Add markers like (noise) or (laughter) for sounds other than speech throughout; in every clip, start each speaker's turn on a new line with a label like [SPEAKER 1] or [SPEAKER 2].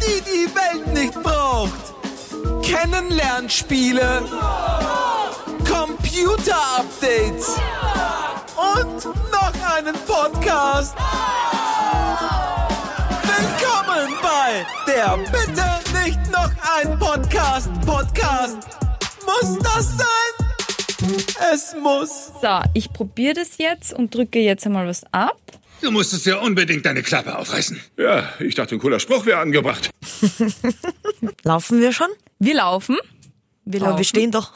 [SPEAKER 1] die die Welt nicht braucht. Kennenlernspiele, Computer-Updates und noch einen Podcast. Willkommen bei der Bitte nicht noch ein Podcast. Podcast. Muss das sein? Es muss.
[SPEAKER 2] So, ich probiere das jetzt und drücke jetzt einmal was ab.
[SPEAKER 3] Du musstest ja unbedingt deine Klappe aufreißen.
[SPEAKER 4] Ja, ich dachte, ein cooler Spruch wäre angebracht.
[SPEAKER 5] Laufen wir schon?
[SPEAKER 2] Wir laufen. Wir
[SPEAKER 5] Aber wir
[SPEAKER 2] laufen.
[SPEAKER 5] stehen doch.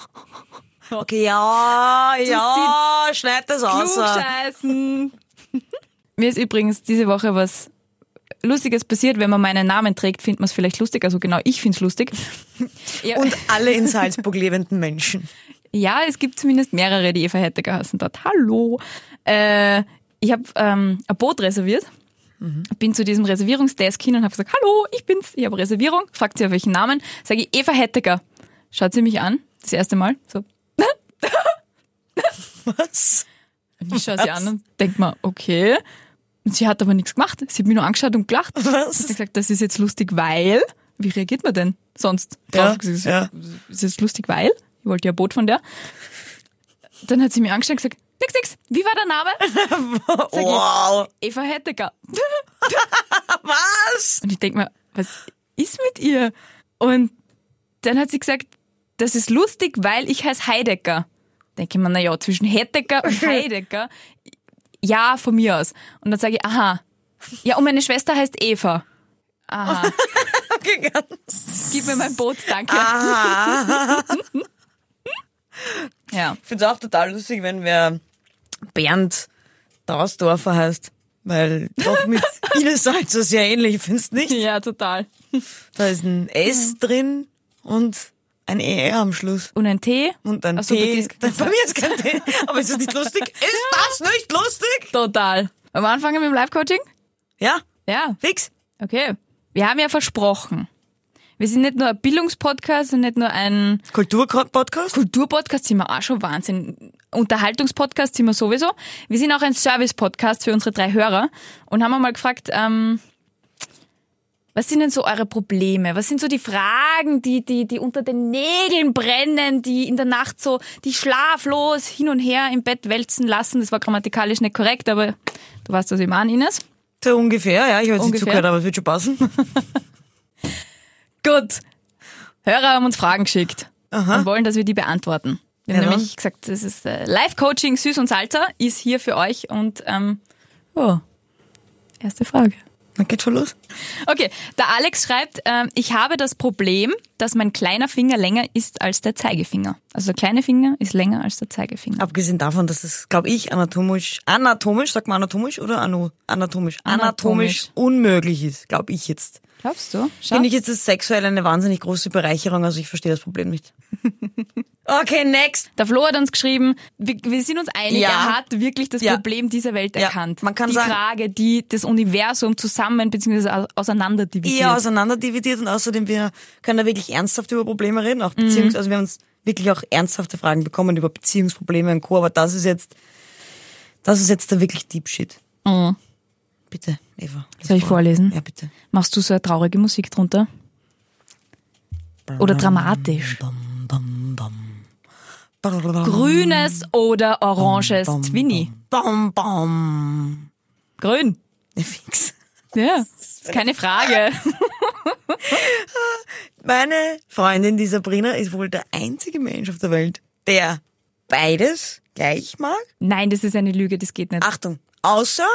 [SPEAKER 5] Okay, ja, ja, schneid das aus.
[SPEAKER 2] Klugscheißen. (laughs) Mir ist übrigens diese Woche was Lustiges passiert. Wenn man meinen Namen trägt, findet man es vielleicht lustig. Also genau, ich finde es lustig. Ja,
[SPEAKER 5] Und alle in Salzburg
[SPEAKER 2] (laughs)
[SPEAKER 5] lebenden Menschen.
[SPEAKER 2] ja, es gibt zumindest mehrere, die Eva Hetter geheißen hat. Hallo. Äh, ich habe ähm, ein Boot reserviert. Bin zu diesem Reservierungsdesk hin und habe gesagt, hallo, ich bin's, ich habe Reservierung. Fragt sie auf welchen Namen. Sage ich, Eva Hettecker. Schaut sie mich an, das erste Mal. So,
[SPEAKER 5] Was?
[SPEAKER 2] Und Ich schaue sie an und denke mir, okay. Und sie hat aber nichts gemacht. Sie hat mich nur angeschaut und gelacht.
[SPEAKER 5] Was?
[SPEAKER 2] Ich habe gesagt, das ist jetzt lustig, weil. Wie reagiert man denn sonst drauf?
[SPEAKER 5] Ja,
[SPEAKER 2] Das
[SPEAKER 5] ja.
[SPEAKER 2] ist jetzt lustig, weil. Ich wollte ja ein Boot von der. Dann hat sie mir angeschaut und gesagt, nix, nix, wie war der Name? Sag ich,
[SPEAKER 5] Wow.
[SPEAKER 2] Eva (laughs) Hettecker.
[SPEAKER 5] Was?
[SPEAKER 2] Und ich denke mir, was ist mit ihr? Und dann hat sie gesagt, das ist lustig, weil ich heiße Heidecker. Denke ich mir, naja, zwischen Hettecker (laughs) und Heidecker, ja, von mir aus. Und dann sage ich, aha, ja, und meine Schwester heißt Eva. Aha,
[SPEAKER 5] Okay, ganz.
[SPEAKER 2] gib mir mein Boot, danke. Ah. (laughs) Ja,
[SPEAKER 5] Ich finde es auch total lustig, wenn wer Bernd Drausdorfer heißt. Weil
[SPEAKER 2] (laughs)
[SPEAKER 5] doch mit Ines Salzer sehr ähnlich, findest du nicht?
[SPEAKER 2] ja, total.
[SPEAKER 5] Da ist ein S drin und ein ER am Schluss.
[SPEAKER 2] Und ein Tee?
[SPEAKER 5] Und dann
[SPEAKER 2] Ach so, bei dir
[SPEAKER 5] T.
[SPEAKER 2] ist
[SPEAKER 5] Bei mir ist kein T. Aber ist das nicht
[SPEAKER 2] (laughs)
[SPEAKER 5] lustig? Ist das nicht lustig?
[SPEAKER 2] Total. Wollen wir anfangen mit dem Live-Coaching?
[SPEAKER 5] Ja,
[SPEAKER 2] Ja,
[SPEAKER 5] fix.
[SPEAKER 2] okay. Wir haben ja versprochen. Wir sind nicht nur ein Bildungspodcast und nicht nur ein
[SPEAKER 5] Kulturpodcast?
[SPEAKER 2] Kulturpodcast sind wir auch schon Wahnsinn. Unterhaltungspodcast sind wir sowieso. Wir sind auch ein Service-Podcast für unsere drei Hörer und haben mal gefragt, ähm, was sind denn so eure Probleme? Was sind so die Fragen, die, die, die unter den Nägeln brennen, die in der Nacht so, die schlaflos hin und her im Bett wälzen lassen? Das war grammatikalisch nicht korrekt, aber du weißt, was ich meine, Ines.
[SPEAKER 5] So ungefähr, ja. Ich habe jetzt nicht
[SPEAKER 2] Ungefähr.
[SPEAKER 5] zugehört, aber es wird schon passen.
[SPEAKER 2] Gut. Hörer haben uns Fragen geschickt und wollen, dass wir die beantworten. Wir haben
[SPEAKER 5] Ja.
[SPEAKER 2] nämlich gesagt, das ist äh, Live-Coaching Süß und Salzer ist hier für euch und ähm, ja. erste Frage.
[SPEAKER 5] (laughs) Dann geht's schon los.
[SPEAKER 2] Okay, der Alex schreibt, ähm, ich habe das Problem, dass mein kleiner Finger länger ist als der Zeigefinger. Also der kleine Finger ist länger als der Zeigefinger.
[SPEAKER 5] Abgesehen davon, dass es, glaube ich, anatomisch, anatomisch, sagt man anatomisch oder ano, anatomisch,
[SPEAKER 2] Anatomisch.
[SPEAKER 5] anatomisch unmöglich ist, glaube ich jetzt.
[SPEAKER 2] Glaubst du? Schau.
[SPEAKER 5] Finde ich jetzt das sexuell eine wahnsinnig große Bereicherung, also ich verstehe das Problem (laughs) nicht. Okay, next.
[SPEAKER 2] Der Flo hat uns geschrieben, wir, wir sind uns einig,
[SPEAKER 5] Ja.
[SPEAKER 2] er hat wirklich das
[SPEAKER 5] Ja.
[SPEAKER 2] Problem dieser Welt
[SPEAKER 5] Ja,
[SPEAKER 2] erkannt.
[SPEAKER 5] man kann
[SPEAKER 2] die
[SPEAKER 5] sagen-
[SPEAKER 2] Frage, die das Universum zusammen bzw. au- auseinander dividiert.
[SPEAKER 5] Eher auseinanderdividiert und außerdem wir können da wirklich ernsthaft über Probleme reden, auch Beziehungs, also wir haben uns wirklich auch ernsthafte Fragen bekommen über Beziehungsprobleme und Co., aber das ist jetzt, das ist jetzt da wirklich Deep Shit.
[SPEAKER 2] Mhm.
[SPEAKER 5] Bitte, Eva. lass
[SPEAKER 2] Soll ich vorlesen?
[SPEAKER 5] Ja, bitte.
[SPEAKER 2] Machst du so eine traurige Musik drunter? Oder dramatisch?
[SPEAKER 5] Bam, bam, bam.
[SPEAKER 2] Grünes oder oranges Zwinni?
[SPEAKER 5] Bam, bam.
[SPEAKER 2] Grün.
[SPEAKER 5] Ja, Ne, Fix.
[SPEAKER 2] Ja, ist keine Frage.
[SPEAKER 5] Meine Freundin, die Sabrina, ist wohl der einzige Mensch auf der Welt, der beides gleich mag.
[SPEAKER 2] Nein, das ist eine Lüge, das geht nicht.
[SPEAKER 5] Achtung, außer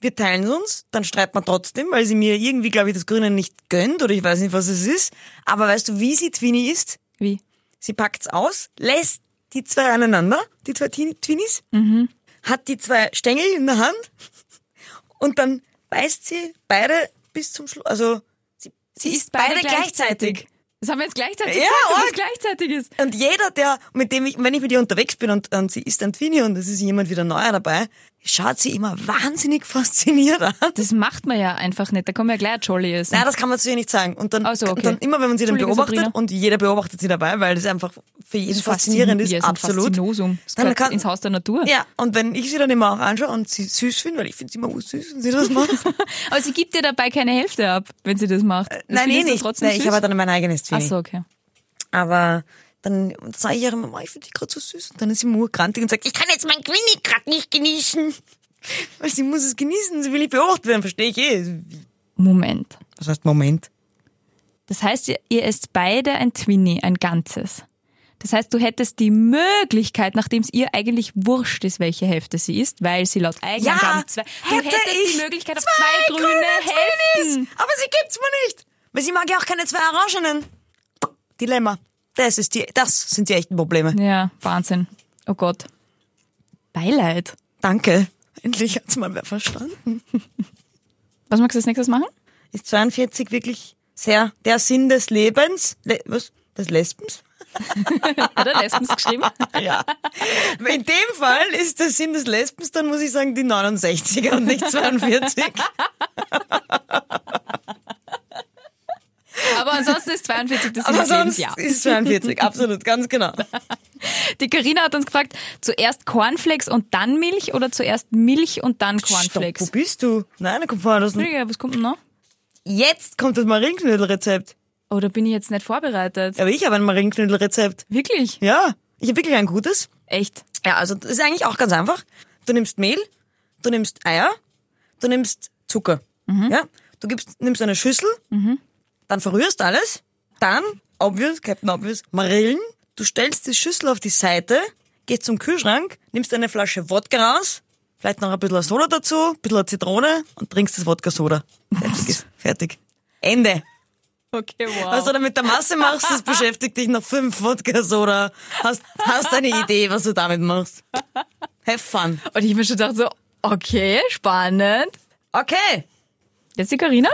[SPEAKER 5] wir teilen uns, dann streiten wir trotzdem, weil sie mir irgendwie, glaube ich, das Grüne nicht gönnt oder ich weiß nicht, was es ist. Aber weißt du, wie sie Twini ist?
[SPEAKER 2] Wie?
[SPEAKER 5] Sie packt's aus, lässt die zwei aneinander, die zwei Tin- Twinis, hat die zwei Stängel in der Hand und dann beißt sie beide bis zum Schluss. Also sie, sie isst beide, gleichzeitig.
[SPEAKER 2] Das haben wir jetzt gleichzeitig
[SPEAKER 5] Ja,
[SPEAKER 2] gesagt, dass
[SPEAKER 5] arg.
[SPEAKER 2] es gleichzeitig ist.
[SPEAKER 5] Und jeder, der, mit dem ich, wenn ich mit ihr unterwegs bin und, und sie isst ein Twini und es ist jemand wieder neuer dabei, schaut sie immer wahnsinnig (laughs) fasziniert an.
[SPEAKER 2] Das macht man ja einfach nicht. Da kommen ja gleich Jollies.
[SPEAKER 5] Nein, das kann man zu ihr nicht sagen. Und dann,
[SPEAKER 2] Ach so, okay.
[SPEAKER 5] und dann immer, wenn man sie dann
[SPEAKER 2] Entschuldige,
[SPEAKER 5] beobachtet
[SPEAKER 2] Sabrina.
[SPEAKER 5] und jeder beobachtet sie dabei, weil das einfach für jeden faszinierend ist,
[SPEAKER 2] Ja, es ein
[SPEAKER 5] absolut.
[SPEAKER 2] Faszinosum. Es
[SPEAKER 5] Dann
[SPEAKER 2] gehört
[SPEAKER 5] kann-
[SPEAKER 2] ins Haus der Natur.
[SPEAKER 5] Ja, und wenn ich sie dann immer auch anschaue und sie süß finde, weil ich finde sie immer süß, wenn
[SPEAKER 2] (laughs)
[SPEAKER 5] sie das macht.
[SPEAKER 2] Aber sie gibt dir dabei keine Hälfte ab, wenn sie das macht. Das
[SPEAKER 5] Nein, eh
[SPEAKER 2] findest du
[SPEAKER 5] nicht.
[SPEAKER 2] Trotzdem
[SPEAKER 5] Nein, ich
[SPEAKER 2] süß?
[SPEAKER 5] habe dann mein eigenes Zwilling.
[SPEAKER 2] Ach so, okay.
[SPEAKER 5] Aber dann sage ich ihrer Mama, ich finde die gerade so süß. Und dann ist sie murkrantig und sagt, ich kann jetzt mein Quinny gerade nicht genießen. (laughs) Weil sie muss es genießen, sie will nicht beobachtet werden, verstehe ich eh.
[SPEAKER 2] Moment.
[SPEAKER 5] Was heißt Moment?
[SPEAKER 2] Das heißt, ihr, ihr esst beide ein Twinnie, ein Ganzes. Das heißt, du hättest die Möglichkeit, nachdem es ihr eigentlich wurscht ist, welche Hälfte sie ist, weil sie laut eigenen
[SPEAKER 5] Ja,
[SPEAKER 2] Angaben zwei, du
[SPEAKER 5] hätte
[SPEAKER 2] hättest
[SPEAKER 5] ich
[SPEAKER 2] die Möglichkeit auf zwei, grüne, Hälften.
[SPEAKER 5] Twinnies, aber sie gibt's mir nicht. Weil sie mag ja auch keine zwei Orangenen. Dilemma. Das ist die, das sind die echten Probleme.
[SPEAKER 2] Ja, Wahnsinn. Oh Gott. Beileid.
[SPEAKER 5] Danke. Endlich hat's mal wer verstanden.
[SPEAKER 2] Was magst du als nächstes machen?
[SPEAKER 5] Ist 42 wirklich sehr der Sinn des Lebens? Le was? Des Lesbens? (laughs)
[SPEAKER 2] Oder? Lesbens geschrieben?
[SPEAKER 5] Ja. In dem Fall ist der Sinn des Lesbens, dann muss ich sagen, die 69er und nicht 42.
[SPEAKER 2] Aber ansonsten ist 42 das
[SPEAKER 5] Aber sonst
[SPEAKER 2] Lebensjahr.
[SPEAKER 5] ist 42, absolut, ganz genau.
[SPEAKER 2] Die Karina hat uns gefragt, zuerst Cornflakes und dann Milch oder zuerst Milch und dann Cornflakes?
[SPEAKER 5] Stopp, wo bist du? Nein, komm vorher lassen.
[SPEAKER 2] Entschuldige, was kommt denn noch?
[SPEAKER 5] Jetzt kommt das Marienknödelrezept.
[SPEAKER 2] Oh, da bin ich jetzt nicht vorbereitet.
[SPEAKER 5] Aber ich habe ein Marienknödelrezept.
[SPEAKER 2] Wirklich?
[SPEAKER 5] Ja, ich habe wirklich ein gutes.
[SPEAKER 2] Echt?
[SPEAKER 5] Ja, also das ist eigentlich auch ganz einfach. Du nimmst Mehl, du nimmst Eier, du nimmst Zucker. Ja? Du gibst, nimmst eine Schüssel, dann verrührst alles, dann, obvious, Captain Obvious, Marillen, du stellst die Schüssel auf die Seite, gehst zum Kühlschrank, nimmst eine Flasche Wodka raus, vielleicht noch ein bisschen Soda dazu, ein bisschen Zitrone und trinkst das Wodka-Soda. Fertig ist- Fertig. Ende.
[SPEAKER 2] Okay, wow.
[SPEAKER 5] Was du dann mit Also, der Masse machst, (laughs) das beschäftigt dich noch fünf Wodkas oder hast, hast eine Idee, was du damit machst. Have fun.
[SPEAKER 2] und ich hab mir schon gedacht so, okay, spannend.
[SPEAKER 5] Okay.
[SPEAKER 2] Jetzt die Karina.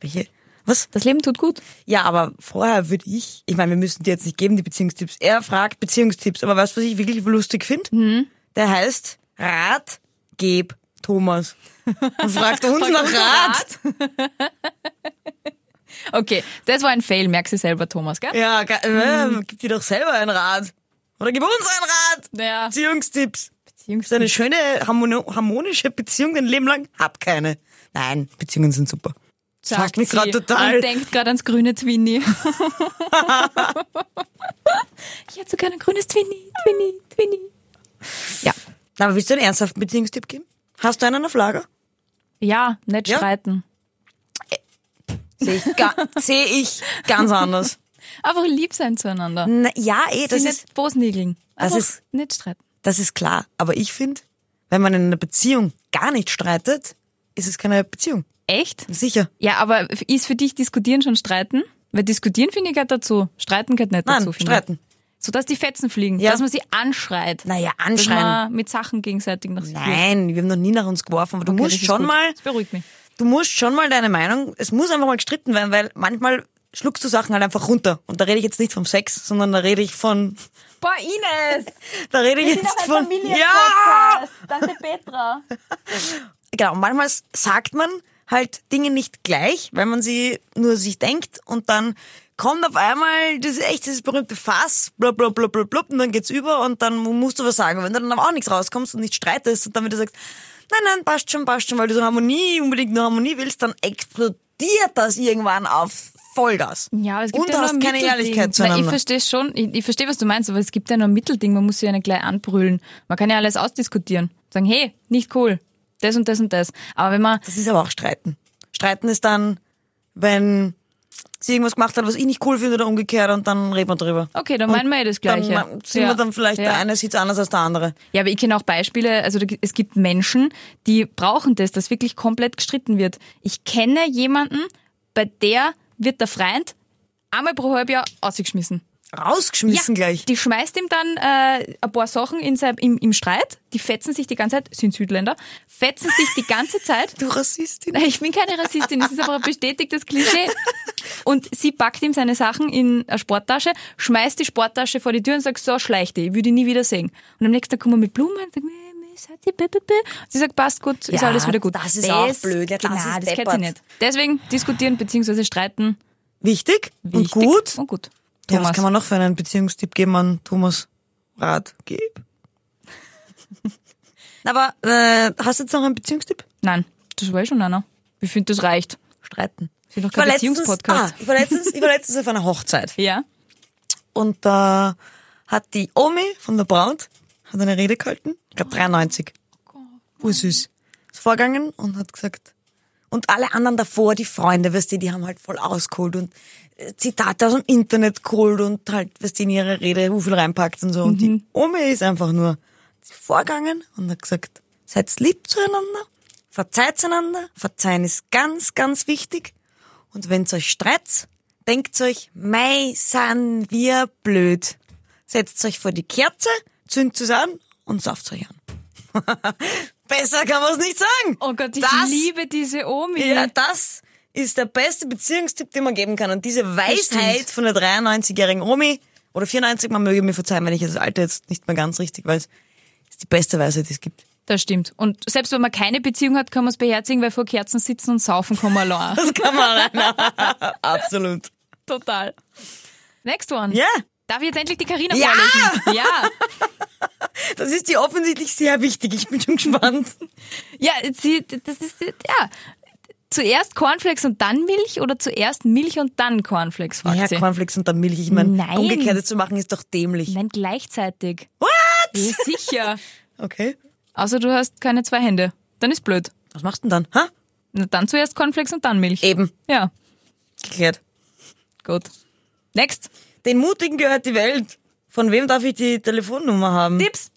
[SPEAKER 5] Welche? Was?
[SPEAKER 2] Das Leben tut gut.
[SPEAKER 5] Ja, aber vorher würde ich, ich meine, wir müssen dir jetzt nicht geben, die Beziehungstipps. Er fragt Beziehungstipps, aber weißt du, was ich wirklich lustig finde? Der heißt Rat, geb, Thomas. Und fragt uns nach Rat.
[SPEAKER 2] Okay, das war ein Fail, merkst du selber, Thomas, gell?
[SPEAKER 5] Ja, ge- äh, gib dir doch selber einen Rat. Oder gib uns einen Rat.
[SPEAKER 2] Ja.
[SPEAKER 5] Beziehungstipps.
[SPEAKER 2] Beziehungs-
[SPEAKER 5] ist eine schöne harmoni- harmonische Beziehung dein Leben lang? Hab keine. Nein, Beziehungen sind super.
[SPEAKER 2] sagt
[SPEAKER 5] Sagt mich
[SPEAKER 2] sie
[SPEAKER 5] gerade total.
[SPEAKER 2] Und denkt gerade ans grüne
[SPEAKER 5] (laughs)
[SPEAKER 2] Twinny. ich hätte so gerne ein grünes Twinny, Twinny, Twinny. Ja.
[SPEAKER 5] Na, Aber willst du einen ernsthaften Beziehungstipp geben? Hast du einen auf Lager?
[SPEAKER 2] Ja, nicht
[SPEAKER 5] Ja?
[SPEAKER 2] streiten.
[SPEAKER 5] Sehe ich, ga seh ich ganz anders.
[SPEAKER 2] Einfach lieb sein zueinander.
[SPEAKER 5] Na, ja, eh, das
[SPEAKER 2] Sie
[SPEAKER 5] ist,
[SPEAKER 2] nicht bosnigeln.
[SPEAKER 5] das
[SPEAKER 2] Einfach
[SPEAKER 5] ist-
[SPEAKER 2] nicht streiten.
[SPEAKER 5] das ist klar. Aber ich finde, wenn man in einer Beziehung gar nicht streitet, ist es keine Beziehung.
[SPEAKER 2] Echt?
[SPEAKER 5] Sicher.
[SPEAKER 2] Ja, aber ist für dich diskutieren schon streiten? Weil diskutieren finde ich gehört dazu. Streiten gehört nicht
[SPEAKER 5] Nein,
[SPEAKER 2] dazu. finde ich.
[SPEAKER 5] streiten.
[SPEAKER 2] So dass die Fetzen fliegen,
[SPEAKER 5] Ja.
[SPEAKER 2] dass man sie anschreit.
[SPEAKER 5] Naja,
[SPEAKER 2] Dass
[SPEAKER 5] anschreien.
[SPEAKER 2] man mit Sachen gegenseitig nach sich wirft.
[SPEAKER 5] Nein, wir haben noch nie nach uns geworfen, aber du
[SPEAKER 2] Okay, das
[SPEAKER 5] musst
[SPEAKER 2] ist
[SPEAKER 5] schon
[SPEAKER 2] gut.
[SPEAKER 5] mal
[SPEAKER 2] Das beruhigt mich.
[SPEAKER 5] du musst schon mal deine Meinung, es muss einfach mal gestritten werden, weil manchmal schluckst du Sachen halt einfach runter. Und da rede ich jetzt nicht vom Sex, sondern da rede ich von, (laughs)
[SPEAKER 2] Boah, Ines!
[SPEAKER 5] da rede ich (laughs) jetzt von, ja!
[SPEAKER 2] Familienpodcast. Tante Petra.
[SPEAKER 5] Genau, manchmal sagt man halt Dinge nicht gleich, weil man sie nur sich denkt und dann kommt auf einmal das echt dieses berühmte Fass, blub, blub, blub, blub, blub, und dann geht's über und dann musst du was sagen. Und Wenn du dann aber auch nichts rauskommst und nicht streitest und dann wieder sagst, nein, nein, passt schon, passt schon, weil du so Harmonie, unbedingt nur Harmonie willst, dann explodiert das irgendwann auf Vollgas.
[SPEAKER 2] Ja, aber es gibt
[SPEAKER 5] und
[SPEAKER 2] ja
[SPEAKER 5] du
[SPEAKER 2] nur
[SPEAKER 5] hast
[SPEAKER 2] ein
[SPEAKER 5] keine
[SPEAKER 2] Mittelding.
[SPEAKER 5] Ehrlichkeit
[SPEAKER 2] Nein, ich
[SPEAKER 5] zueinander.
[SPEAKER 2] verstehe schon, ich, ich verstehe, was du meinst, aber es gibt ja nur ein Mittelding, man muss sich ja nicht gleich anbrüllen. Man kann ja alles ausdiskutieren. Sagen, hey, nicht cool. Das und das und das. Aber wenn man,
[SPEAKER 5] Das ist aber auch Streiten. Streiten ist dann, wenn sie irgendwas gemacht hat, was ich nicht cool finde oder umgekehrt und dann reden wir drüber.
[SPEAKER 2] okay, dann meinen wir eh das Gleiche.
[SPEAKER 5] Dann sind
[SPEAKER 2] ja.
[SPEAKER 5] wir dann vielleicht,
[SPEAKER 2] ja.
[SPEAKER 5] der eine sieht anders als der andere.
[SPEAKER 2] Ja, aber ich kenne auch Beispiele, also da gi- es gibt Menschen, die brauchen das, dass wirklich komplett gestritten wird. Ich kenne jemanden, bei der wird der Freund einmal pro Halbjahr ausgeschmissen.
[SPEAKER 5] Rausgeschmissen gleich.
[SPEAKER 2] Die schmeißt ihm dann äh, ein paar Sachen in sein, im, im Streit, die fetzen sich die ganze Zeit, sind Südländer, fetzen sich die ganze Zeit.
[SPEAKER 5] Du Rassistin.
[SPEAKER 2] Nein, Ich bin keine Rassistin, es ist aber ein bestätigtes Klischee. Und sie packt ihm seine Sachen in eine Sporttasche, schmeißt die Sporttasche vor die Tür und sagt, so schleich die, ich würde die nie wieder sehen. Und am nächsten Tag kommen wir mit Blumen und sagen, meh, meh, ist happy, bi, bi, bi. Sie sagt, passt gut, ist
[SPEAKER 5] Ja,
[SPEAKER 2] alles wieder gut.
[SPEAKER 5] das ist auch blöd, ja, das
[SPEAKER 2] genau,
[SPEAKER 5] ist
[SPEAKER 2] das kennt sie
[SPEAKER 5] deppert.
[SPEAKER 2] nicht. Deswegen diskutieren bzw. streiten.
[SPEAKER 5] Wichtig, und
[SPEAKER 2] Wichtig
[SPEAKER 5] gut.
[SPEAKER 2] Und gut.
[SPEAKER 5] Ja, was
[SPEAKER 2] Thomas.
[SPEAKER 5] kann man noch für einen Beziehungstipp geben an Thomas Rat? Geb? (laughs) Aber äh, hast du jetzt noch einen Beziehungstipp?
[SPEAKER 2] Nein, das war eh schon einer. Ich finde, das reicht.
[SPEAKER 5] Streiten.
[SPEAKER 2] Wir sind doch
[SPEAKER 5] Ich war,
[SPEAKER 2] kein
[SPEAKER 5] letztens, ah,
[SPEAKER 2] Beziehungspodcast.
[SPEAKER 5] ich, war letztens, ich war letztens auf einer Hochzeit
[SPEAKER 2] (laughs) Ja.
[SPEAKER 5] und da hat die Omi von der Braut hat eine Rede gehalten, ich glaube 93.
[SPEAKER 2] Oh
[SPEAKER 5] Ursüß. Ist vorgegangen und hat gesagt, und alle anderen davor, die Freunde, weißt du, die haben halt voll ausgeholt und äh, Zitate aus dem Internet geholt und halt, weißt du, in ihre Rede, wo viel reinpackt und so. Und
[SPEAKER 2] Mhm.
[SPEAKER 5] die Omi ist einfach nur vorgegangen und hat gesagt, seid lieb zueinander, verzeiht einander, verzeihen ist ganz, ganz wichtig. Und wenn's euch streitet, denkt euch, mei, sind wir blöd. Setzt euch vor die Kerze, zündet es an und sauft euch an. (laughs) Besser kann man's nicht sagen.
[SPEAKER 2] Oh Gott, ich
[SPEAKER 5] das,
[SPEAKER 2] liebe diese Omi.
[SPEAKER 5] Ja, das ist der beste Beziehungstipp, den man geben kann. Und diese Weisheit von der 93-jährigen Omi oder 94, man möge mir verzeihen, wenn ich das Alter jetzt nicht mehr ganz richtig weiß, ist die beste Weisheit, die es gibt.
[SPEAKER 2] Das stimmt. Und selbst wenn man keine Beziehung hat, kann man es beherzigen, weil vor Kerzen sitzen und saufen kann man
[SPEAKER 5] (laughs)
[SPEAKER 2] allein.
[SPEAKER 5] Das kann man
[SPEAKER 2] (laughs)
[SPEAKER 5] rein. Absolut.
[SPEAKER 2] Total. Next one.
[SPEAKER 5] Ja,
[SPEAKER 2] Darf ich jetzt endlich die Karina
[SPEAKER 5] Ja!
[SPEAKER 2] vorlesen? Ja.
[SPEAKER 5] das ist dir offensichtlich sehr wichtig. Ich bin schon gespannt.
[SPEAKER 2] Ja, sie, das ist, ja. Zuerst Cornflakes und dann Milch oder zuerst Milch und dann Cornflakes, fragt
[SPEAKER 5] Ja,
[SPEAKER 2] sie.
[SPEAKER 5] Cornflakes und dann Milch. Ich meine,
[SPEAKER 2] Nein.
[SPEAKER 5] umgekehrtes zu machen ist doch dämlich.
[SPEAKER 2] Nein, gleichzeitig.
[SPEAKER 5] What?
[SPEAKER 2] Ja, sicher.
[SPEAKER 5] Okay.
[SPEAKER 2] Außer du hast keine zwei Hände. Dann ist blöd.
[SPEAKER 5] Was machst du denn dann? Ha?
[SPEAKER 2] Na, dann zuerst Cornflakes und dann Milch.
[SPEAKER 5] Eben.
[SPEAKER 2] Ja,
[SPEAKER 5] Geklärt.
[SPEAKER 2] gut. Next.
[SPEAKER 5] Den Mutigen gehört die Welt. Von wem darf ich die Telefonnummer haben?
[SPEAKER 2] Tipps.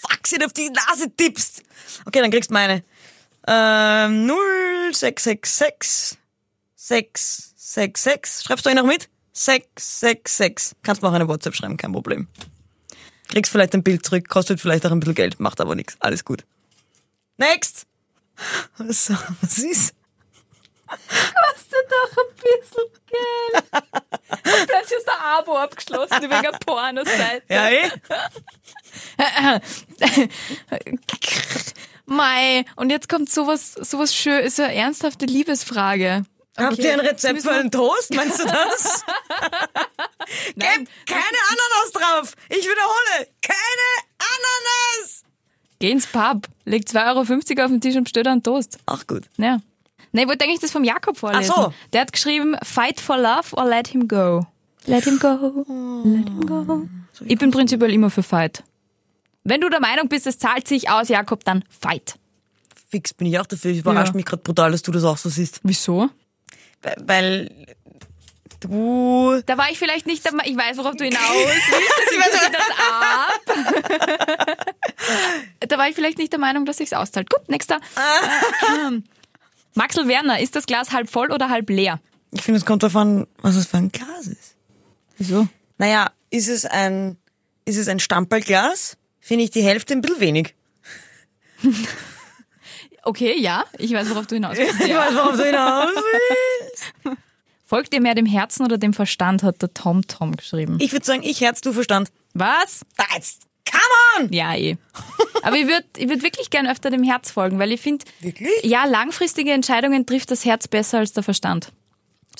[SPEAKER 5] Fuck, sie hat auf die Nase tippst. Okay, dann kriegst du meine. Ähm, 0666 666. Schreibst du euch noch mit? 666. Kannst mir auch eine WhatsApp schreiben, kein Problem. Kriegst vielleicht ein Bild zurück, kostet vielleicht auch ein bisschen Geld, macht aber nichts. Alles gut. Next! So, was ist?
[SPEAKER 2] Hast du doch ein bisschen Geld.
[SPEAKER 5] (laughs)
[SPEAKER 2] Plötzlich ist der Abo abgeschlossen wegen Pornoseite.
[SPEAKER 5] Ja, eh?
[SPEAKER 2] Mei, und jetzt kommt sowas, sowas schön, ist eine ernsthafte Liebesfrage.
[SPEAKER 5] Habt ihr ein
[SPEAKER 2] jetzt
[SPEAKER 5] Rezept
[SPEAKER 2] müssen
[SPEAKER 5] für einen
[SPEAKER 2] (laughs)
[SPEAKER 5] Toast? Meinst du das?
[SPEAKER 2] Nein.
[SPEAKER 5] Gebt keine Ananas drauf! Ich wiederhole, keine Ananas!
[SPEAKER 2] Geh ins Pub, leg 2,50 Euro auf den Tisch und bestell dir einen Toast.
[SPEAKER 5] Ach gut.
[SPEAKER 2] Ja. Nee, ich wollte eigentlich das vom Jakob vorlesen.
[SPEAKER 5] Ach so.
[SPEAKER 2] Der hat geschrieben, fight for love or let him go. Let him go, let him
[SPEAKER 5] Oh.
[SPEAKER 2] go. Ich bin prinzipiell immer für fight. Wenn du der Meinung bist, es zahlt sich aus, Jakob, dann fight.
[SPEAKER 5] fix bin ich auch dafür. Ich überrascht
[SPEAKER 2] Ja.
[SPEAKER 5] mich gerade brutal, dass du das auch so siehst.
[SPEAKER 2] Wieso?
[SPEAKER 5] Weil- Weil du.
[SPEAKER 2] Da war ich vielleicht nicht, der Ma- ich weiß, worauf du hinaus (laughs) willst, deswegen tue ich das ab. (laughs) da war ich vielleicht nicht der Meinung, dass sich's auszahlt. Gut, nächster. Ähm, Maxel Werner, ist das Glas halb voll oder halb leer?
[SPEAKER 5] Ich finde, es kommt darauf an, was es für ein Glas ist.
[SPEAKER 2] Wieso?
[SPEAKER 5] Naja, ist es ein, ist es ein Stamperlglas? Finde ich die Hälfte ein bisschen wenig.
[SPEAKER 2] Okay, ja, ich weiß, worauf du (laughs) hinaus willst.
[SPEAKER 5] Ich
[SPEAKER 2] Ja.
[SPEAKER 5] weiß, warum du (laughs) hinaus willst.
[SPEAKER 2] Folgt ihr mehr dem Herzen oder dem Verstand, hat der Tom Tom geschrieben.
[SPEAKER 5] Ich würde sagen, ich Herz, du Verstand.
[SPEAKER 2] Was?
[SPEAKER 5] Da jetzt, come on!
[SPEAKER 2] Ja, eh. Aber ich würde ich würd wirklich gern öfter dem Herz folgen, weil ich finde,
[SPEAKER 5] Wirklich?
[SPEAKER 2] ja, langfristige Entscheidungen trifft das Herz besser als der Verstand.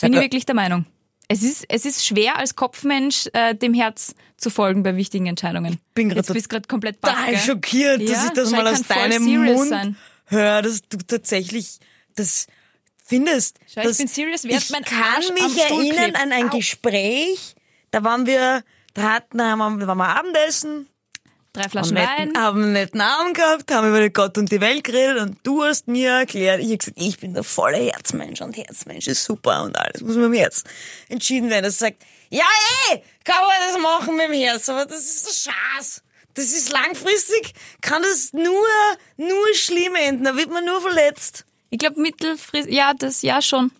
[SPEAKER 2] Bin ich
[SPEAKER 5] gut.
[SPEAKER 2] wirklich der Meinung. Es ist, es ist schwer, als Kopfmensch äh, dem Herz zu folgen bei wichtigen Entscheidungen.
[SPEAKER 5] bin grad
[SPEAKER 2] Jetzt bist gerade komplett baff,
[SPEAKER 5] Total
[SPEAKER 2] gell?
[SPEAKER 5] schockiert, dass
[SPEAKER 2] Ja,
[SPEAKER 5] ich das mal
[SPEAKER 2] Shai
[SPEAKER 5] aus
[SPEAKER 2] kann voll
[SPEAKER 5] deinem
[SPEAKER 2] serious
[SPEAKER 5] Mund
[SPEAKER 2] sein.
[SPEAKER 5] höre, dass du tatsächlich das findest.
[SPEAKER 2] Schau, ich
[SPEAKER 5] dass
[SPEAKER 2] bin serious, während
[SPEAKER 5] ich
[SPEAKER 2] mein
[SPEAKER 5] kann
[SPEAKER 2] Arsch am
[SPEAKER 5] mich
[SPEAKER 2] Stuhl
[SPEAKER 5] erinnern
[SPEAKER 2] klebt.
[SPEAKER 5] an ein
[SPEAKER 2] Au.
[SPEAKER 5] Gespräch, da waren wir, da hatten, da waren wir, waren wir Abendessen,
[SPEAKER 2] Drei
[SPEAKER 5] haben
[SPEAKER 2] Flaschen Wein.
[SPEAKER 5] netten, haben einen netten Abend gehabt, haben über Gott und die Welt geredet und du hast mir erklärt, ich habe gesagt, ich bin der volle Herzmensch und Herzmensch ist super und alles muss mit dem Herz entschieden werden. Das sagt, ja eh, kann man das machen mit dem Herz, aber das ist der Schatz. Das ist langfristig, kann das nur, nur schlimm enden, da wird man nur verletzt.
[SPEAKER 2] Ich glaube, mittelfristig, ja, das, ja schon.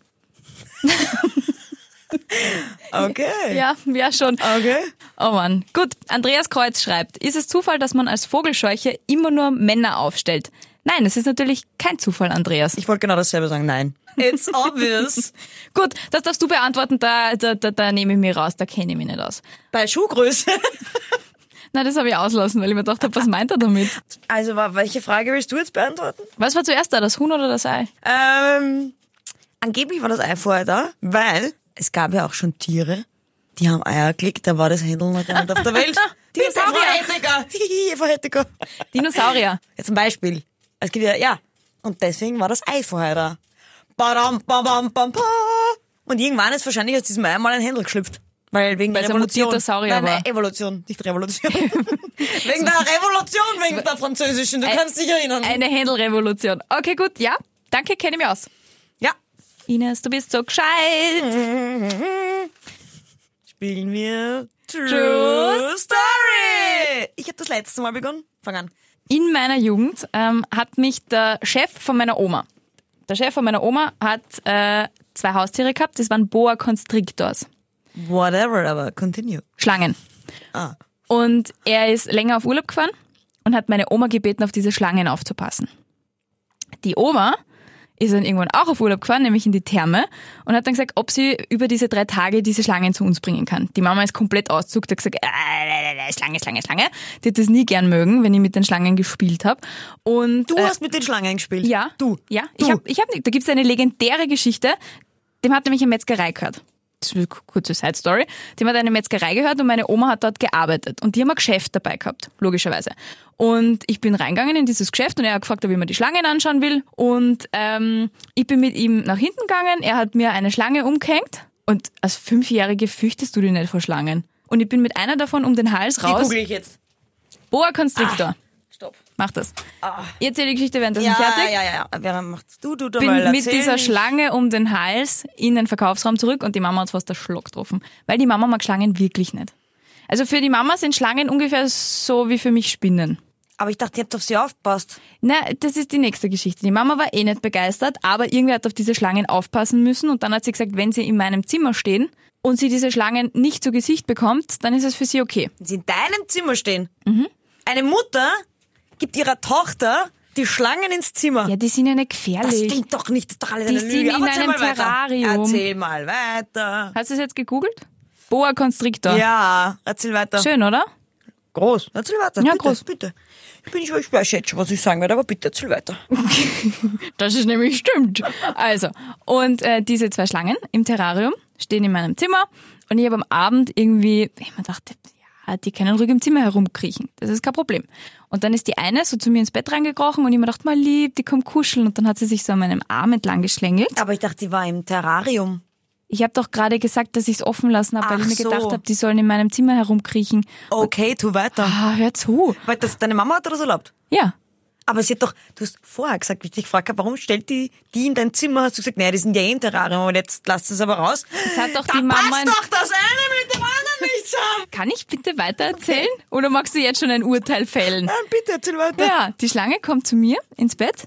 [SPEAKER 5] Okay.
[SPEAKER 2] Ja, ja schon.
[SPEAKER 5] Okay.
[SPEAKER 2] Oh Mann. Gut, Andreas Kreuz schreibt, ist es Zufall, dass man als Vogelscheuche immer nur Männer aufstellt? Nein, es ist natürlich kein Zufall, Andreas.
[SPEAKER 5] Ich wollte genau dasselbe sagen, nein. It's (laughs) obvious.
[SPEAKER 2] Gut, das darfst du beantworten, da, da, da, da nehme ich mich raus, da kenne ich mich nicht aus.
[SPEAKER 5] Bei Schuhgröße.
[SPEAKER 2] Na, das habe ich auslassen, weil ich mir gedacht habe, was meint er damit?
[SPEAKER 5] Also, wa- welche Frage willst du jetzt beantworten?
[SPEAKER 2] Was war zuerst da, das Huhn oder das Ei?
[SPEAKER 5] Ähm, angeblich war das Ei vorher da, weil es gab ja auch schon Tiere, die haben Eier gelegt, da war das Händel noch gar nicht auf
[SPEAKER 2] (laughs)
[SPEAKER 5] der Welt.
[SPEAKER 2] Dinosaurier.
[SPEAKER 5] (laughs) Eva Hettiger. Hihi, Eva Hettiger.
[SPEAKER 2] Dinosaurier.
[SPEAKER 5] Ja, zum Beispiel. Es gibt ja, ja. Und deswegen war das Ei vorher da. Badam, badam, bam, pa. Und irgendwann ist wahrscheinlich aus diesem Ei mal ein Händel geschlüpft. Weil wegen
[SPEAKER 2] Weil
[SPEAKER 5] der
[SPEAKER 2] es ein
[SPEAKER 5] Evolution.
[SPEAKER 2] mutierter Saurier
[SPEAKER 5] Nein, nein,
[SPEAKER 2] war.
[SPEAKER 5] Evolution,
[SPEAKER 2] (laughs)
[SPEAKER 5] nicht Revolution. wegen der Revolution, wegen der französischen. Du (laughs) kannst dich erinnern.
[SPEAKER 2] Eine Händelrevolution. Okay, gut, ja. Danke, kenne ich mich aus.
[SPEAKER 5] Ja.
[SPEAKER 2] Ines, du bist so gescheit.
[SPEAKER 5] Spielen wir True,
[SPEAKER 2] True
[SPEAKER 5] Story. Ich habe das letzte Mal begonnen. Fang an.
[SPEAKER 2] In meiner Jugend ähm, hat mich der Chef von meiner Oma, der Chef von meiner Oma hat äh, zwei Haustiere gehabt, das waren Boa Constrictors.
[SPEAKER 5] Whatever, aber continue.
[SPEAKER 2] Schlangen.
[SPEAKER 5] Ah.
[SPEAKER 2] Und er ist länger auf Urlaub gefahren und hat meine Oma gebeten, auf diese Schlangen aufzupassen. Die Oma ist dann irgendwann auch auf Urlaub gefahren, nämlich in die Therme, und hat dann gesagt, ob sie über diese drei Tage diese Schlangen zu uns bringen kann. Die Mama ist komplett auszuckt, hat gesagt, "Äh, Schlange, Schlange, Schlange. Die hat das nie gern mögen, wenn ich mit den Schlangen gespielt habe. Und
[SPEAKER 5] Du
[SPEAKER 2] äh,
[SPEAKER 5] hast mit den Schlangen gespielt.
[SPEAKER 2] ja,
[SPEAKER 5] Du.
[SPEAKER 2] ja,
[SPEAKER 5] Du.
[SPEAKER 2] ich habe, ich hab, nicht- da gibt's eine legendäre Geschichte. Dem hat nämlich eine Metzgerei gehört. Das ist eine kurze Side Story. Dem hat eine Metzgerei gehört und meine Oma hat dort gearbeitet und die haben ein Geschäft dabei gehabt, logischerweise. Und ich bin reingegangen in dieses Geschäft und er hat gefragt, ob ich mir die Schlangen anschauen will. Und ähm, ich bin mit ihm nach hinten gegangen. Er hat mir eine Schlange umgehängt und als Fünfjährige fürchtest du dich nicht vor Schlangen. Und ich bin mit einer davon um den Hals
[SPEAKER 5] Die
[SPEAKER 2] raus.
[SPEAKER 5] google ich jetzt.
[SPEAKER 2] Boa Constrictor.
[SPEAKER 5] Stopp. Ah.
[SPEAKER 2] Mach das. Ihr erzählt die Geschichte während das
[SPEAKER 5] Ja,
[SPEAKER 2] nicht fertig.
[SPEAKER 5] ja, ja, ja. Wer macht's? Du, du, du,
[SPEAKER 2] bin
[SPEAKER 5] mal
[SPEAKER 2] mit
[SPEAKER 5] erzähl
[SPEAKER 2] dieser
[SPEAKER 5] nicht.
[SPEAKER 2] Schlange um den Hals in den Verkaufsraum zurück und die Mama hat fast der Schluck getroffen. Weil die Mama mag Schlangen wirklich nicht. Also für die Mama sind Schlangen ungefähr so wie für mich Spinnen.
[SPEAKER 5] Aber ich dachte, ihr habt auf sie aufgepasst.
[SPEAKER 2] Na, das ist die nächste Geschichte. Die Mama war eh nicht begeistert, aber irgendwer hat auf diese Schlangen aufpassen müssen und dann hat sie gesagt, wenn sie in meinem Zimmer stehen und sie diese Schlangen nicht zu Gesicht bekommt, dann ist es für sie okay.
[SPEAKER 5] Wenn sie in deinem Zimmer stehen.
[SPEAKER 2] Mhm.
[SPEAKER 5] Eine Mutter gibt ihrer Tochter die Schlangen ins Zimmer.
[SPEAKER 2] Ja, die sind ja nicht
[SPEAKER 5] das
[SPEAKER 2] gefährlich.
[SPEAKER 5] klingt doch nicht, das ist doch alles
[SPEAKER 2] Die
[SPEAKER 5] eine
[SPEAKER 2] sind
[SPEAKER 5] Lüge. Aber
[SPEAKER 2] in
[SPEAKER 5] erzähl
[SPEAKER 2] einem
[SPEAKER 5] mal weiter.
[SPEAKER 2] Terrarium.
[SPEAKER 5] Erzähl mal weiter.
[SPEAKER 2] Hast du es jetzt gegoogelt? Boa Constrictor.
[SPEAKER 5] Ja, erzähl weiter.
[SPEAKER 2] Schön, oder?
[SPEAKER 5] Groß. Erzähl weiter.
[SPEAKER 2] Ja,
[SPEAKER 5] bitte,
[SPEAKER 2] groß.
[SPEAKER 5] Bitte. Ich bin nicht, ich weiß jetzt schon, was ich sagen werde, aber bitte erzähl weiter.
[SPEAKER 2] Das ist nämlich stimmt. Also, und äh, diese zwei Schlangen im Terrarium stehen in meinem Zimmer und ich habe am Abend irgendwie, ich mir dachte, ja, die können ruhig im Zimmer herumkriechen. Das ist kein Problem. Und dann ist die eine so zu mir ins Bett reingekrochen und ich mir dachte, mal lieb, die kommt kuscheln. Und dann hat sie sich so an meinem Arm entlang geschlängelt.
[SPEAKER 5] Aber ich dachte, die war im Terrarium.
[SPEAKER 2] Ich habe doch gerade gesagt, dass ich es offen lassen habe, weil
[SPEAKER 5] Ach
[SPEAKER 2] ich mir
[SPEAKER 5] so.
[SPEAKER 2] gedacht habe, die sollen in meinem Zimmer herumkriechen.
[SPEAKER 5] Okay, tu weiter.
[SPEAKER 2] Ah, hör zu.
[SPEAKER 5] Weil das, deine Mama hat das erlaubt.
[SPEAKER 2] Ja,
[SPEAKER 5] Aber sie hat doch, du hast vorher gesagt, wie ich dich gefragt habe, warum stellt die die in dein Zimmer? Hast du gesagt, naja, die sind ja eh im Terrarium und jetzt lasst es aber raus. Das
[SPEAKER 2] hat doch
[SPEAKER 5] da
[SPEAKER 2] die Mama-
[SPEAKER 5] passt doch das eine mit dem anderen nicht zusammen.
[SPEAKER 2] kann ich bitte weiter erzählen? Oder magst du jetzt schon ein Urteil fällen?
[SPEAKER 5] Nein, bitte erzähl weiter.
[SPEAKER 2] Ja, die Schlange kommt zu mir ins Bett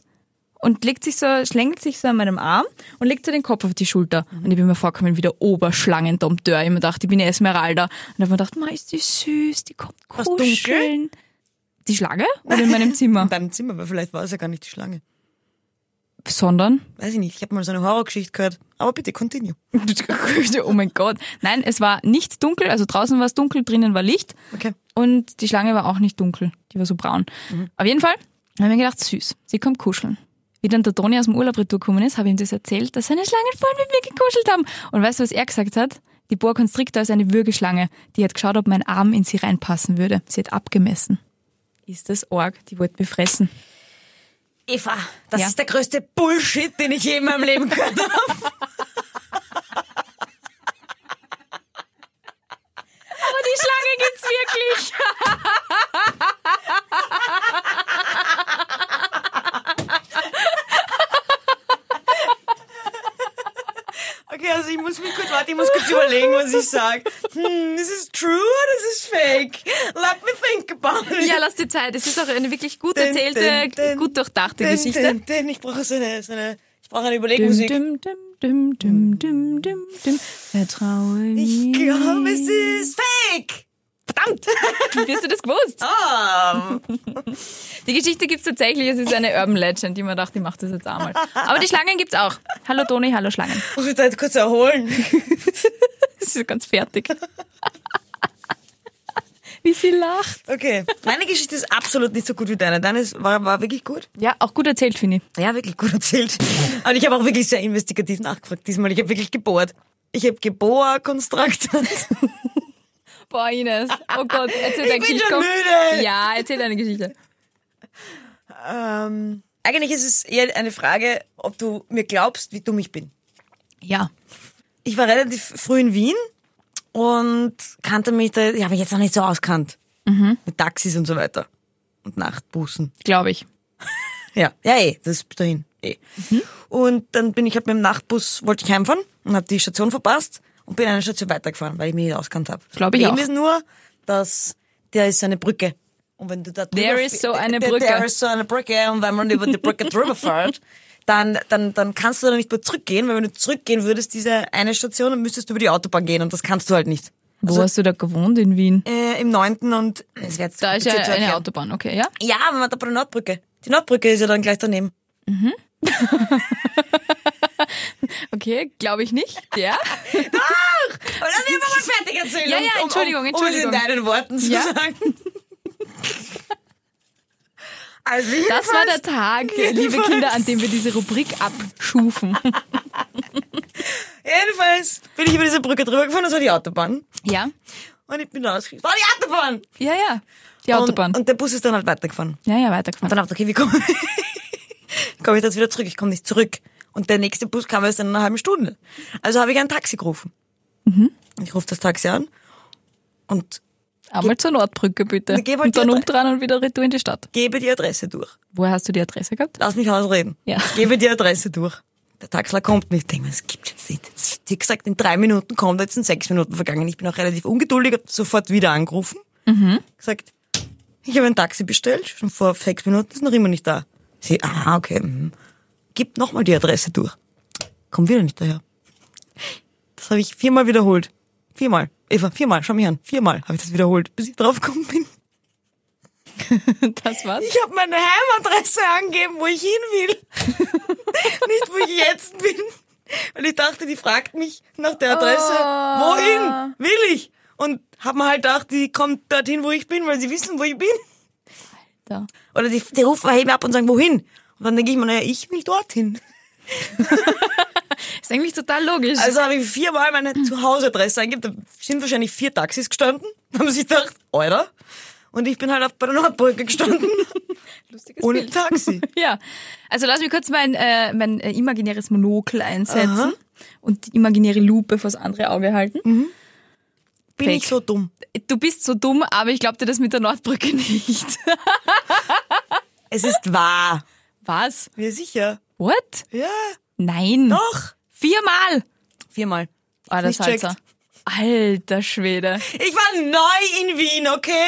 [SPEAKER 2] und legt sich so, schlängelt sich so an meinem Arm und legt so den Kopf auf die Schulter. Und ich bin mir vorgekommen wie der Oberschlangendompteur. Ich hab mir gedacht, ich bin eine Esmeralda. Und hab mir gedacht, ma, ist die süß, die kommt
[SPEAKER 5] War's dunkel?
[SPEAKER 2] kuscheln. Die Schlange? Oder in meinem Zimmer?
[SPEAKER 5] (laughs) In deinem Zimmer, weil vielleicht war es ja gar nicht die Schlange.
[SPEAKER 2] Sondern? (laughs)
[SPEAKER 5] Weiß ich nicht, ich habe mal so eine Horrorgeschichte gehört. Aber bitte, continue.
[SPEAKER 2] oh mein Gott. Nein, es war nicht dunkel. Also draußen war es dunkel, drinnen war Licht.
[SPEAKER 5] Okay.
[SPEAKER 2] Und die Schlange war auch nicht dunkel, die war so braun. Auf jeden Fall habe ich mir gedacht, süß, sie kommt kuscheln. Wie dann der Toni aus dem Urlaub retourgekommen ist, habe ich ihm das erzählt, dass seine Schlangen voll mit mir gekuschelt haben. Und weißt du, was er gesagt hat? Die Boa Constrictor ist eine Würgeschlange. Die hat geschaut, ob mein Arm in sie reinpassen würde. Sie hat abgemessen. Ist das arg? Die wollte mich fressen.
[SPEAKER 5] Eva, das
[SPEAKER 2] Ja.
[SPEAKER 5] ist der größte Bullshit, den ich je in meinem Leben gehört habe.
[SPEAKER 2] Aber die Schlange gibt's wirklich.
[SPEAKER 5] Okay, also ich muss mich kurz warten, ich muss kurz überlegen, was ich sage. Hm, is this true or is this fake? Let me think about it.
[SPEAKER 2] Ja, lass dir Zeit. Es ist auch eine wirklich gut
[SPEAKER 5] Dün,
[SPEAKER 2] erzählte,
[SPEAKER 5] dün, dün.
[SPEAKER 2] gut durchdachte
[SPEAKER 5] Dün,
[SPEAKER 2] Geschichte.
[SPEAKER 5] dün, dün. Ich brauche so eine, so eine, ich brauche eine
[SPEAKER 2] Düm,
[SPEAKER 5] Überlegmusik.
[SPEAKER 2] düm, düm, düm, düm, düm, düm, düm. Vertraue
[SPEAKER 5] Ich
[SPEAKER 2] mir.
[SPEAKER 5] glaube, es ist fake. Verdammt.
[SPEAKER 2] (laughs) Wirst du das gewusst?
[SPEAKER 5] Ah,
[SPEAKER 2] (laughs) Die Geschichte gibt's tatsächlich. Es ist eine Urban Legend, die man dachte, ich mache das jetzt einmal. Aber die Schlangen gibt's auch. Hallo Toni, hallo (laughs) Schlangen.
[SPEAKER 5] muss mich da jetzt kurz erholen.
[SPEAKER 2] Das ist ganz fertig. (laughs) wie sie lacht.
[SPEAKER 5] Okay. Meine Geschichte ist absolut nicht so gut wie deine. Deine ist- war, war wirklich gut.
[SPEAKER 2] Ja, auch gut erzählt, finde ich.
[SPEAKER 5] Ja, wirklich gut erzählt. Und ich habe auch wirklich sehr investigativ nachgefragt diesmal. Ich habe wirklich gebohrt. Ich habe Geboa-Konstraktant.
[SPEAKER 2] Boah, Ines. Oh Gott, (laughs) erzähl deine
[SPEAKER 5] bin
[SPEAKER 2] Geschichte.
[SPEAKER 5] schon
[SPEAKER 2] komm.
[SPEAKER 5] müde.
[SPEAKER 2] Ja, erzähl deine Geschichte.
[SPEAKER 5] (laughs) Ähm, eigentlich ist es eher eine Frage, ob du mir glaubst, wie dumm ich bin.
[SPEAKER 2] Ja.
[SPEAKER 5] Ich war relativ früh in Wien und kannte mich da, ich habe mich jetzt noch nicht so auskannt. Mit Taxis und so weiter. Und Nachtbussen.
[SPEAKER 2] Glaube ich.
[SPEAKER 5] Ja, ja, eh, das ist bis dahin. Eh. Und dann bin ich halt mit dem Nachtbus, wollte ich heimfahren und habe die Station verpasst und bin eine Station weitergefahren, weil ich mich nicht auskannt habe.
[SPEAKER 2] Glaub ich
[SPEAKER 5] Problem
[SPEAKER 2] auch.
[SPEAKER 5] ist nur, dass da ist so eine Brücke. Und wenn du da drüber
[SPEAKER 2] There is
[SPEAKER 5] fäh-
[SPEAKER 2] so eine
[SPEAKER 5] there- There
[SPEAKER 2] Brücke.
[SPEAKER 5] is so eine Brücke und wenn man über die Brücke
[SPEAKER 2] (laughs)
[SPEAKER 5] drüber fährt, dann, dann, dann kannst du da nicht mehr zurückgehen, weil wenn du zurückgehen würdest, diese eine Station, dann müsstest du über die Autobahn gehen und das kannst du halt nicht.
[SPEAKER 2] Wo hast du da gewohnt in Wien?
[SPEAKER 5] Äh, Im neunten und es wird
[SPEAKER 2] Da ist ja eine Autobahn, okay, ja?
[SPEAKER 5] Ja, aber man hat aber die Nordbrücke. Die Nordbrücke ist ja dann gleich daneben.
[SPEAKER 2] Okay, glaube ich nicht. Ja?
[SPEAKER 5] Aber dann nehmen wir mal fertig erzählen.
[SPEAKER 2] Ja,
[SPEAKER 5] um-
[SPEAKER 2] ja,
[SPEAKER 5] um-
[SPEAKER 2] Entschuldigung, Entschuldigung.
[SPEAKER 5] Um es in deinen Worten zu
[SPEAKER 2] Ja. (laughs)
[SPEAKER 5] sagen. Also
[SPEAKER 2] Das war der
[SPEAKER 5] (laughs)
[SPEAKER 2] Tag, liebe Kinder, an dem wir diese Rubrik abschufen. (laughs)
[SPEAKER 5] Jedenfalls bin ich über diese Brücke drüber gefahren, das war die Autobahn.
[SPEAKER 2] Ja?
[SPEAKER 5] Und ich bin da ausgestiegen. Das war die Autobahn!
[SPEAKER 2] Ja, ja. Die Autobahn.
[SPEAKER 5] Und, und der Bus ist dann halt weitergefahren.
[SPEAKER 2] ja, ja,
[SPEAKER 5] Und dann
[SPEAKER 2] weitergefahren.
[SPEAKER 5] hab ich, okay, wie komme komm ich (laughs) jetzt wieder zurück? Ich komme nicht zurück. Und der nächste Bus kam erst in einer halben Stunde. Also habe ich ein Taxi gerufen. Mhm. Ich rufe das Taxi an und
[SPEAKER 2] Einmal zur Nordbrücke bitte.
[SPEAKER 5] Geh mal
[SPEAKER 2] und dann
[SPEAKER 5] die-
[SPEAKER 2] umdrehen und wieder retour in die Stadt.
[SPEAKER 5] gebe die Adresse durch.
[SPEAKER 2] Woher hast du die Adresse
[SPEAKER 5] (laughs)
[SPEAKER 2] gehabt?
[SPEAKER 5] lass mich ausreden.
[SPEAKER 2] Ja.
[SPEAKER 5] Ich gebe die Adresse durch. Der Taxler kommt nicht. Ich denke mir, das gibt's jetzt nicht. Jetzt- Die hat gesagt, in drei Minuten kommt, jetzt sind sechs Minuten vergangen. Ich bin auch relativ ungeduldig, hab sofort wieder angerufen. Gesagt, ich habe ein Taxi bestellt, schon vor sechs Minuten, ist noch immer nicht da. Sie, ah, okay. mhm. Gib nochmal die Adresse durch. Komm wieder nicht daher. Das habe ich viermal wiederholt. Viermal. Eva, viermal, schau mich an. Viermal habe ich das wiederholt, bis ich draufgekommen bin.
[SPEAKER 2] Das war's.
[SPEAKER 5] Ich habe meine Heimadresse angegeben, wo ich hin will. Nicht, wo ich jetzt bin. Weil ich dachte, die fragt mich nach der Adresse, wohin will ich? Und hab mir halt gedacht, die kommt dorthin, wo ich bin, weil sie wissen, wo ich bin.
[SPEAKER 2] Da.
[SPEAKER 5] Oder die, die rufen heben ab und sagen, wohin? Und dann denke ich mir, naja, ich will dorthin.
[SPEAKER 2] Ist eigentlich total logisch.
[SPEAKER 5] Also habe ich viermal meine Zuhauseadresse eingegeben. Da sind wahrscheinlich vier Taxis gestanden. Haben sich gedacht, Alter. Und ich bin halt auf bei der Nordbrücke gestanden.
[SPEAKER 2] Lustiges
[SPEAKER 5] Ohne
[SPEAKER 2] Bild.
[SPEAKER 5] Taxi.
[SPEAKER 2] Ja. Also lass mich kurz mein, äh, mein äh, imaginäres Monokel einsetzen und die imaginäre Lupe vors andere Auge halten.
[SPEAKER 5] Mhm. Bin
[SPEAKER 2] Fake.
[SPEAKER 5] ich so dumm?
[SPEAKER 2] Du bist so dumm, aber ich glaub dir das mit der Nordbrücke (laughs) nicht.
[SPEAKER 5] Es ist wahr.
[SPEAKER 2] Was?
[SPEAKER 5] Ja, sicher.
[SPEAKER 2] What?
[SPEAKER 5] Ja.
[SPEAKER 2] Nein.
[SPEAKER 5] Doch.
[SPEAKER 2] Viermal.
[SPEAKER 5] Viermal.
[SPEAKER 2] Ah, das
[SPEAKER 5] Nicht checkt.
[SPEAKER 2] Salzer. Alter Schwede.
[SPEAKER 5] Ich war neu in Wien, okay?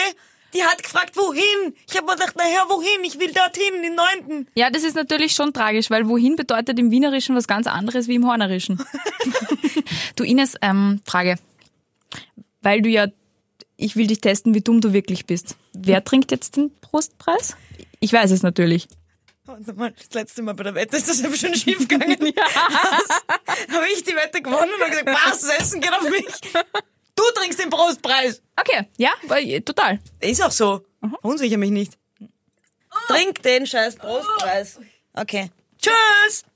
[SPEAKER 5] Die hat gefragt, wohin? Ich habe mir gedacht, naja, wohin? Ich will dorthin, den neunten.
[SPEAKER 2] Ja, das ist natürlich schon tragisch, weil wohin bedeutet im Wienerischen was ganz anderes wie im (laughs) Hornerischen. du Ines, ähm, Frage. Weil du ja, ich will dich testen, wie dumm du wirklich bist. Wer trinkt jetzt den Brustpreis? Ich weiß es natürlich.
[SPEAKER 5] Und Oh, mal, das letzte Mal bei der Wette ist das eben schon (laughs) schief gegangen. Habe ich die Wette gewonnen und hab gesagt, was, das Essen geht auf mich. Du trinkst den Brustpreis.
[SPEAKER 2] Okay, ja, weil- total.
[SPEAKER 5] Ist auch so. Ah. Unsicher mich nicht. Trink den scheiß Brustpreis. Okay. Tschüss.